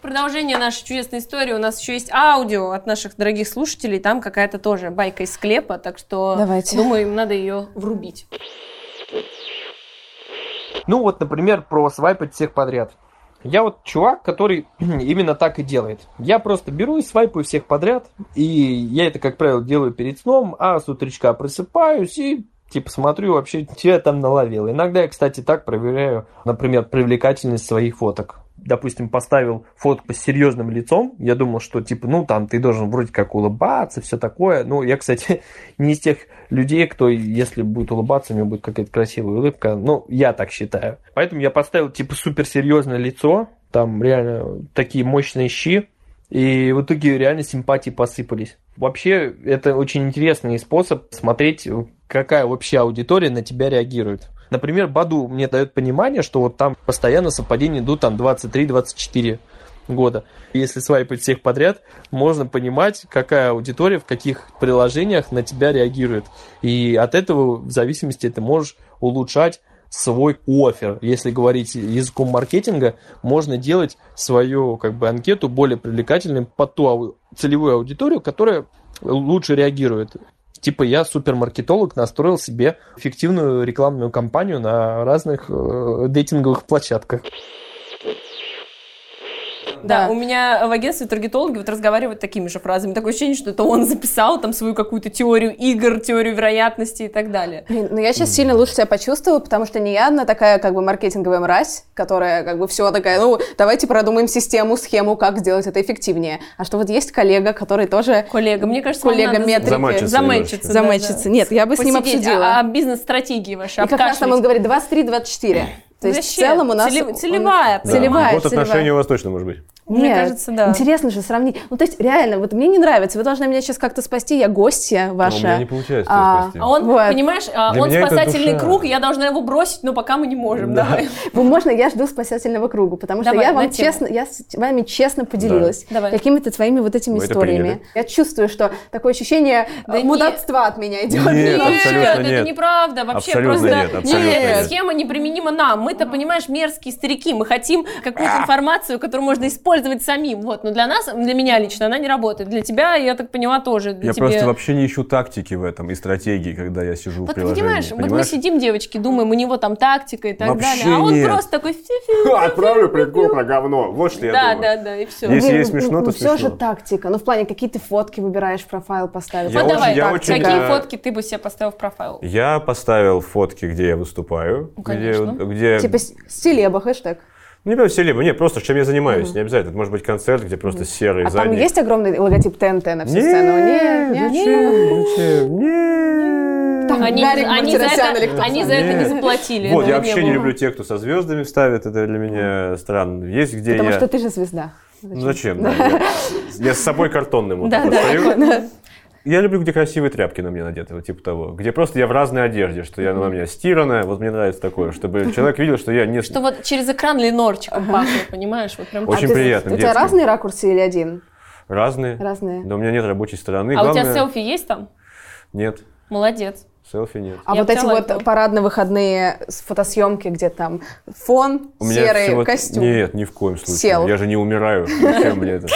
S2: продолжение нашей чудесной истории у нас еще есть аудио от наших дорогих слушателей. Там какая-то тоже байка из склепа, так что
S3: Давайте.
S4: Ну,
S2: думаю, им надо ее врубить.
S5: Ну вот, например, про свайпать всех подряд. Я вот чувак, который именно так и делает. Я просто беру и свайпаю всех подряд, и я это, как правило, делаю перед сном, а с утречка просыпаюсь и типа смотрю вообще, что я там наловил. Иногда я, кстати, так проверяю, например, привлекательность своих фоток. Допустим, поставил фотку с серьезным лицом, я думал, что типа, ну там ты должен вроде как улыбаться, все такое. Ну, я, кстати, не из тех людей, кто, если будет улыбаться, у него будет какая-то красивая улыбка. Ну, я так считаю. Поэтому я поставил, типа, суперсерьезное лицо. Там реально такие мощные щи. И в итоге реально симпатии посыпались. Вообще, это очень интересный способ смотреть, какая вообще аудитория на тебя реагирует. Например, Баду мне дает понимание, что вот там постоянно совпадения идут там 23-24 года. Если свайпать всех подряд, можно понимать, какая аудитория в каких приложениях на тебя реагирует. И от этого, в зависимости, ты можешь улучшать свой офер. Если говорить языком маркетинга, можно делать свою как бы, анкету более привлекательной под ту ау- целевую аудиторию, которая лучше реагирует. Типа я супермаркетолог настроил себе эффективную рекламную кампанию на разных э, дейтинговых площадках.
S2: Да,
S3: Да.
S2: у меня в агентстве таргетологи вот разговаривают такими же фразами. Такое ощущение, что это он записал там свою какую-то теорию игр, теорию вероятности и так далее.
S4: Блин, ну я сейчас сильно лучше себя почувствовала, потому что не я одна такая как бы маркетинговая мразь, которая как бы все такая, ну давайте продумаем систему, схему, как сделать это эффективнее. А что вот есть коллега, который тоже
S2: Коллега, мне кажется, вам
S4: Коллега,
S2: надо
S4: метрики.
S1: Замачиться
S2: замечиться, да,
S3: Замечится.
S2: да.
S3: Нет, я бы с ним
S2: Посидеть,
S3: обсудила.
S2: А, а бизнес-стратегии ваши,
S4: И как раз там он
S2: обкашлять.
S4: говорит 23-24. То есть в
S2: Ну Вообще,
S4: целом у нас...
S2: целев-
S4: он-
S2: целевая,
S1: Да.
S4: Целевая,
S1: Вот
S4: целевая.
S1: отношение у вас точно может быть.
S2: Мне
S3: Нет,
S2: кажется, да.
S3: Интересно же сравнить. Ну, то есть, реально, вот мне не нравится. Вы должны меня сейчас как-то спасти. Я гостья
S1: Но Ну, у меня
S3: ваша.
S1: не получается
S3: А,
S1: спасти.
S2: А он,
S3: Вот.
S2: понимаешь, а,
S1: Для
S2: он
S1: меня это
S2: спасательный
S1: душа.
S2: круг, я должна его бросить, но пока мы не можем.
S1: Да.
S2: Давай.
S3: Ну, можно, я жду спасательного круга, потому что
S2: Давай,
S3: я
S2: на
S3: вам
S2: тему.
S3: честно, я с вами честно поделилась
S2: Давай.
S3: какими-то своими вот этими
S1: Вы это
S3: историями.
S1: приняли?
S3: я чувствую, что такое ощущение
S2: Да
S3: э,
S2: не-
S3: мудакства от меня идет.
S1: Нет, абсолютно
S2: Ну, это
S1: нет.
S2: неправда. Вообще
S1: Абсолютно
S2: просто
S1: нет, абсолютно
S2: эта
S1: нет.
S2: схема неприменима нам. Мы-то, понимаешь, мерзкие старики. Мы хотим какую-то информацию, которую можно использовать самим. Вот. Но для нас, для меня лично, она не работает. Для тебя, я так поняла, тоже. Для
S1: Я
S2: тебе-
S1: просто вообще не ищу тактики в этом и стратегии, когда я сижу в
S2: Вот ты
S1: приложении.
S2: понимаешь, вот мы сидим, девочки, думаем, у него там тактика и так
S1: Вообще
S2: далее. А он
S1: нет.
S2: просто такой фи-фи.
S1: Отправлю прикол про говно. Вот что
S2: Да, да, да, и все.
S1: Если
S3: Блин,
S1: есть
S3: ну,
S1: смешно,
S3: ну,
S1: то
S3: всё же
S1: смешно.
S3: тактика. Ну, в плане, какие ты фотки выбираешь, профайл поставить.
S1: Я
S2: вот
S1: очень-
S2: Ну, давай,
S1: я
S2: так,
S1: очень,
S2: какие
S1: э,
S2: фотки ты бы себе поставил в профайл?
S1: Я поставил фотки, где я выступаю.
S2: Ну,
S1: где,
S2: конечно.
S1: где...
S3: Типа с- стилеба, хэштег.
S1: Ну, не прям селеба, нет, просто чем я занимаюсь. Не обязательно. Это может быть концерт, где просто серые
S3: А там
S1: задние.
S3: есть огромный логотип ТНТ на всю
S1: Нет,
S3: сцену? Нет, нет, нет.
S1: зачем, зачем? Нет.
S3: Там
S2: Они,
S3: Гарик
S2: они за
S3: Мартиросян или
S2: это,
S3: кто?
S2: они за это не
S1: Нет.
S2: заплатили.
S1: Вот, я
S2: этого
S1: вообще не
S2: было.
S1: люблю тех, кто со звездами вставит. Это для меня странно. Есть где
S3: Потому
S1: я...
S3: что ты же звезда.
S1: Ну, зачем? да, я- Я с собой картонным вот
S2: Да,
S1: так вот
S2: да,
S1: стою.
S3: А
S1: Я люблю, где красивые тряпки на мне надеты, вот типа того. Где просто я в разной одежде, что я на меня стиранная. Вот мне нравится такое, чтобы человек видел, что я не...
S2: Что вот через экран ленорчиком пахнет, понимаешь? Вот прям
S1: Очень
S3: ты-
S1: приятно,
S3: У тебя
S1: детским.
S3: разные ракурсы или один?
S1: Разные.
S3: Разные.
S1: Но у меня нет рабочей стороны.
S2: А у
S1: Главное...
S2: тебя селфи есть там?
S1: Нет.
S2: Молодец.
S1: Селфи нет.
S3: А
S2: Я
S3: вот эти
S2: взяла
S3: вот
S2: его.
S3: парадно-выходные с- фотосъемки, где там фон,
S1: У меня
S3: серый
S1: всего-
S3: костюм.
S1: Нет, ни в коем случае.
S3: Сел.
S1: Я же не умираю. Зачем мне это?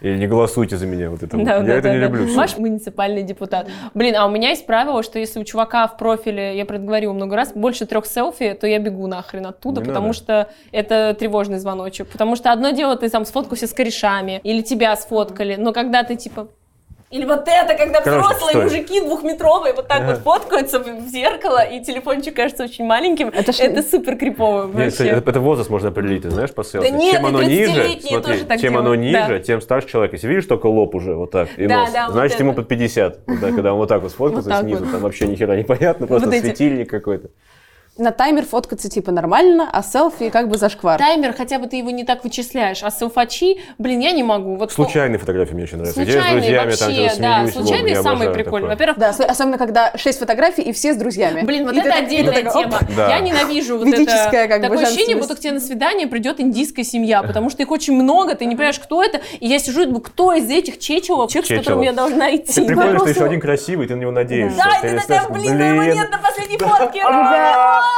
S1: Или не голосуйте за меня. Вот это. вот. Я это не
S2: да.
S1: люблю. всё.
S2: Маш муниципальный депутат. Блин, а у меня есть правило, что если у чувака в профиле, я предговорила много раз, больше трех селфи, то я бегу нахрен оттуда,
S1: Не
S2: потому
S1: надо.
S2: что это тревожный звоночек. Потому что одно дело, ты там сфоткался с корешами, или тебя сфоткали, но когда ты типа... Или вот это, когда
S1: Короче,
S2: взрослые
S1: стой. Э.
S2: мужики двухметровые вот так
S1: Ага.
S2: вот фоткаются в зеркало, и телефончик кажется очень маленьким. Это,
S3: Это ж-
S2: супер крипово
S1: Нет,
S2: вообще.
S1: кстати, это, это возраст можно определить, ты знаешь, по селфи.
S2: нет,
S1: чем
S2: и
S1: оно ниже,
S2: 30-летние
S1: смотри,
S2: тоже так
S1: чем
S2: делают,
S1: оно
S2: да.
S1: ниже, тем старше человек. Если видишь только лоб уже вот так и
S2: Да,
S1: нос,
S2: да, вот
S1: значит ему
S2: это.
S1: под 50. Вот так, когда он вот так вот сфоткался
S2: Вот так
S1: снизу,
S2: вот.
S1: там вообще ни хера не понятно, просто
S2: Вот эти.
S1: светильник какой-то.
S3: На таймер фоткаться типа нормально, а селфи как бы зашквар.
S2: Таймер, хотя бы ты его не так вычисляешь, а селфачи, блин, я не могу. Вот что-
S1: Случайные фотографии мне очень нравятся. Где я с
S2: Случайные
S1: друзьями
S2: вообще,
S1: там где-то
S2: да,
S1: смеюсь, лоб,
S2: случайные
S1: я
S2: самые
S1: обожаю
S2: прикольные.
S1: такое.
S2: Во-первых,
S3: Да, с- особенно когда шесть фотографий и все с друзьями.
S2: блин, вот
S3: И ты
S2: это
S3: так-
S2: отдельная
S3: и ты такой,
S2: тема.
S3: «Оп».
S1: Да.
S2: Я ненавижу вот это.
S3: Ведическая, как бы,
S2: Такое ощущение,
S3: женственность.
S2: будто к тебе на свидание придет индийская семья, потому что их очень много, ты не понимаешь, кто это. И я сижу и думаю, кто из этих чечелов, человек, с которым
S1: Чечелов.
S2: я должна идти.
S1: Ты прикольно, что еще
S3: Просто-
S1: один красивый, ты на него надеешься.
S2: Да,
S1: Ты
S2: и ты
S1: листаешь,
S2: такая, блин, ну его нет на последней фотке.
S1: А,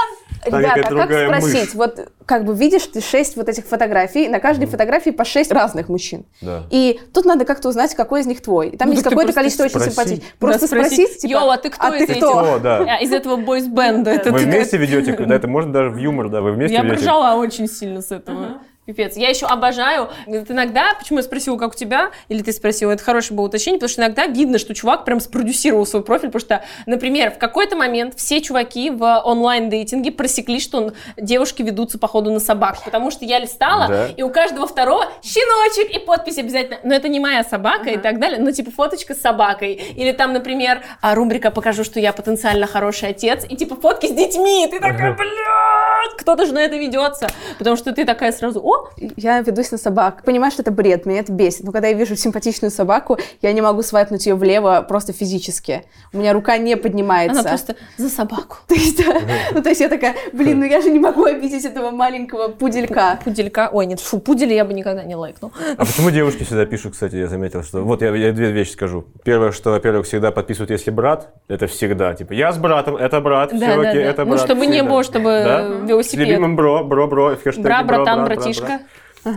S1: какая
S3: Ребята, а как
S1: А! другая
S3: спросить?
S1: мышь.
S3: Вот как бы видишь ты шесть вот этих фотографий, на каждой фотографии по шесть разных мужчин.
S1: Да.
S3: И тут надо как-то узнать, какой из них твой. И там
S6: Ну,
S3: есть
S6: так ты
S3: какое-то
S6: просто
S3: количество
S1: спроси.
S3: очень симпатичных. Просто
S2: спросить,
S3: спросить, типа,
S2: «Йоу, а ты кто
S3: а
S2: из
S3: ты
S2: этих?»
S3: кто?
S1: О, да.
S2: А, Из этого бойсбенда. Это
S1: Вы
S2: ты
S1: вместе ведете, да, это можно даже в юмор, да, вы вместе
S2: Я
S1: ведете.
S2: поржала очень сильно с этого. Пипец. Я еще обожаю. Говорит, иногда, почему я спросила, как у тебя, или ты спросила, это хорошее было уточнение, потому что иногда видно, что чувак прям спродюсировал свой профиль, потому что, например, в какой-то момент все чуваки в онлайн-дейтинге просекли, что он- девушки ведутся, походу, на собак, потому что я листала,
S1: Да.
S2: и у каждого второго щеночек и подпись обязательно. Но это не моя собака и так далее, но типа фоточка с собакой. Или там, например, а, рубрика «Покажу, что я потенциально хороший отец», и типа фотки с детьми, и ты такая, блядь, кто-то же на это ведется, потому что ты такая сразу, о,
S3: Я ведусь на собак. Понимаю, что это бред, меня это бесит. Но когда я вижу симпатичную собаку, я не могу свайпнуть ее влево просто физически. У меня рука не поднимается.
S2: она просто за собаку.
S3: То есть, да, ну, то есть я такая, блин, ну я же не могу обидеть этого маленького пуделька.
S2: Пуделька, ой, нет, фу, пудели я бы никогда не лайкнул.
S1: А почему девушки всегда пишут, кстати, я заметил, что... Вот я, я две вещи скажу. Первое, что, во-первых, всегда подписывают, если брат, это всегда. Типа, я с братом, это брат, все окей, это
S2: Ну,
S1: брат.
S2: чтобы не
S1: всегда.
S2: было, чтобы
S1: Да?
S2: э,
S1: С
S2: велосипед.
S1: любимым бро, бро, бро, в хэштеге
S2: Бра,
S1: бро,
S2: братан,
S1: бра, бра, бра.
S2: братишка.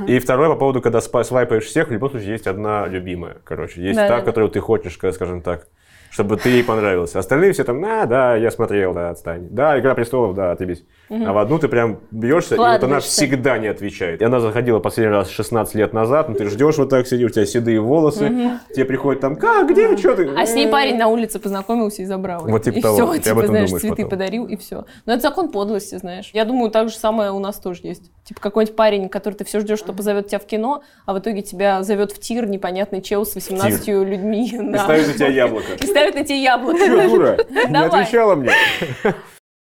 S1: И второе, по поводу, когда спа- свайпаешь всех, в любом случае есть одна любимая, короче. Есть
S2: Да,
S1: та,
S2: да, да.
S1: которую ты хочешь, ка- скажем так, чтобы ты ей понравился. Остальные все там, а, да, я смотрел, да, отстань. Да, «Игра престолов», да, отъебись. А в одну ты прям бьешься, и вот она
S2: Вкладываешься.
S1: всегда не отвечает. И она заходила последний раз 16 лет назад, ну ты ждешь вот так сидишь, у тебя седые волосы, тебе приходит там, как, где, что ты?
S2: А с
S3: Э.
S2: ней парень на улице познакомился и забрал. ее.
S1: Вот типа
S2: и
S1: того.
S2: все,
S1: Ты
S2: типа,
S1: об этом
S2: знаешь,
S1: думаешь
S2: цветы
S1: потом.
S2: подарил, и все. Но это закон подлости, знаешь. Я думаю, так же самое у нас тоже есть. Типа какой-нибудь парень, который ты все ждешь, что позовет тебя в кино, а в итоге тебя зовет в тир непонятный чел с 18 людьми.
S1: И
S2: да.
S1: ставит на тебя яблоко.
S2: И ставит на тебя
S1: Че,
S2: яблоко.
S1: дура, не
S2: Давай.
S1: отвечала мне.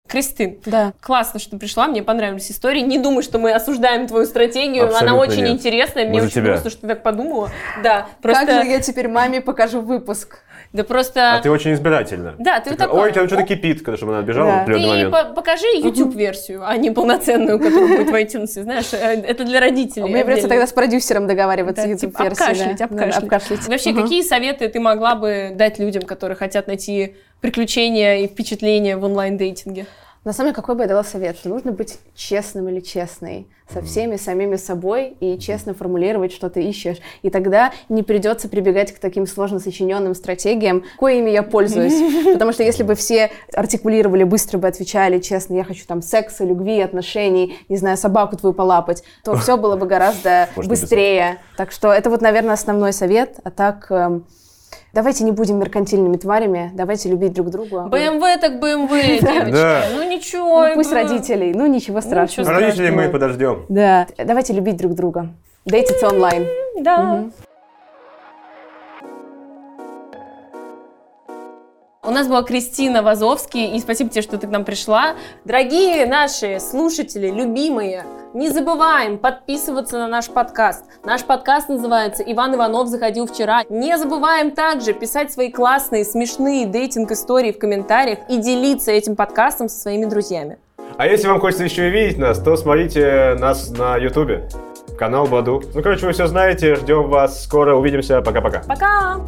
S2: Кристин,
S3: Да.
S2: классно, что ты пришла, мне понравились истории. Не думай, что мы осуждаем твою стратегию, она
S1: Абсолютно
S2: очень
S1: нет.
S2: интересная.
S1: Мы
S2: Мне
S1: за
S2: очень
S1: тебя.
S2: грустно, что ты так подумала. Да, просто,
S3: Как же я теперь маме покажу выпуск?
S2: да просто.
S1: А ты очень избирательна.
S2: Да, ты
S1: Такая,
S2: такой,
S1: Ой, там что-то
S2: оп.
S1: кипит, когда чтобы она отбежала
S3: Да.
S1: в определенный
S2: Ты
S1: момент.
S2: по- покажи YouTube-версию, а не полноценную, которая будет в iTunes. Знаешь, э, это для родителей.
S3: Мне придется
S2: отдельно.
S3: тогда с продюсером договариваться
S2: Да,
S3: YouTube
S2: типа, обкашлять, обкашлять. Вообще, какие советы ты могла бы дать людям, которые хотят найти приключения и впечатления в онлайн-дейтинге?
S3: На самом деле, какой бы я дала совет? Что нужно быть честным или честной со всеми самими собой и честно формулировать, что ты ищешь. И тогда не придется прибегать к таким сложно сочиненным стратегиям, коими я пользуюсь. Потому что если бы все артикулировали, быстро бы отвечали честно, я хочу там секса, любви, отношений, не знаю, собаку твою полапать, то все было бы гораздо
S1: Можно
S3: быстрее. Так что это вот, наверное, основной совет. А так... эм, Давайте не будем меркантильными тварями, давайте любить друг друга.
S2: БМВ так БМВ,
S1: Да.
S2: девочки. Ну ничего.
S3: Ну, пусть
S2: это-
S3: родителей, ну ничего страшного.
S1: А Родителей мы подождем.
S3: Да, давайте любить друг друга. Дейтиться онлайн.
S2: Да. У нас была Кристина Вазовский, и спасибо тебе, что ты к нам пришла. Дорогие наши слушатели, любимые, не забываем подписываться на наш подкаст. Наш подкаст называется «Иван Иванов заходил вчера». Не забываем также писать свои классные, смешные дейтинг-истории в комментариях и делиться этим подкастом со своими друзьями.
S1: А если вам хочется еще и видеть нас, то смотрите нас на Ютубе. Канал Баду. Ну, короче, вы все знаете. Ждем вас скоро. Увидимся. Пока-пока.
S2: Пока!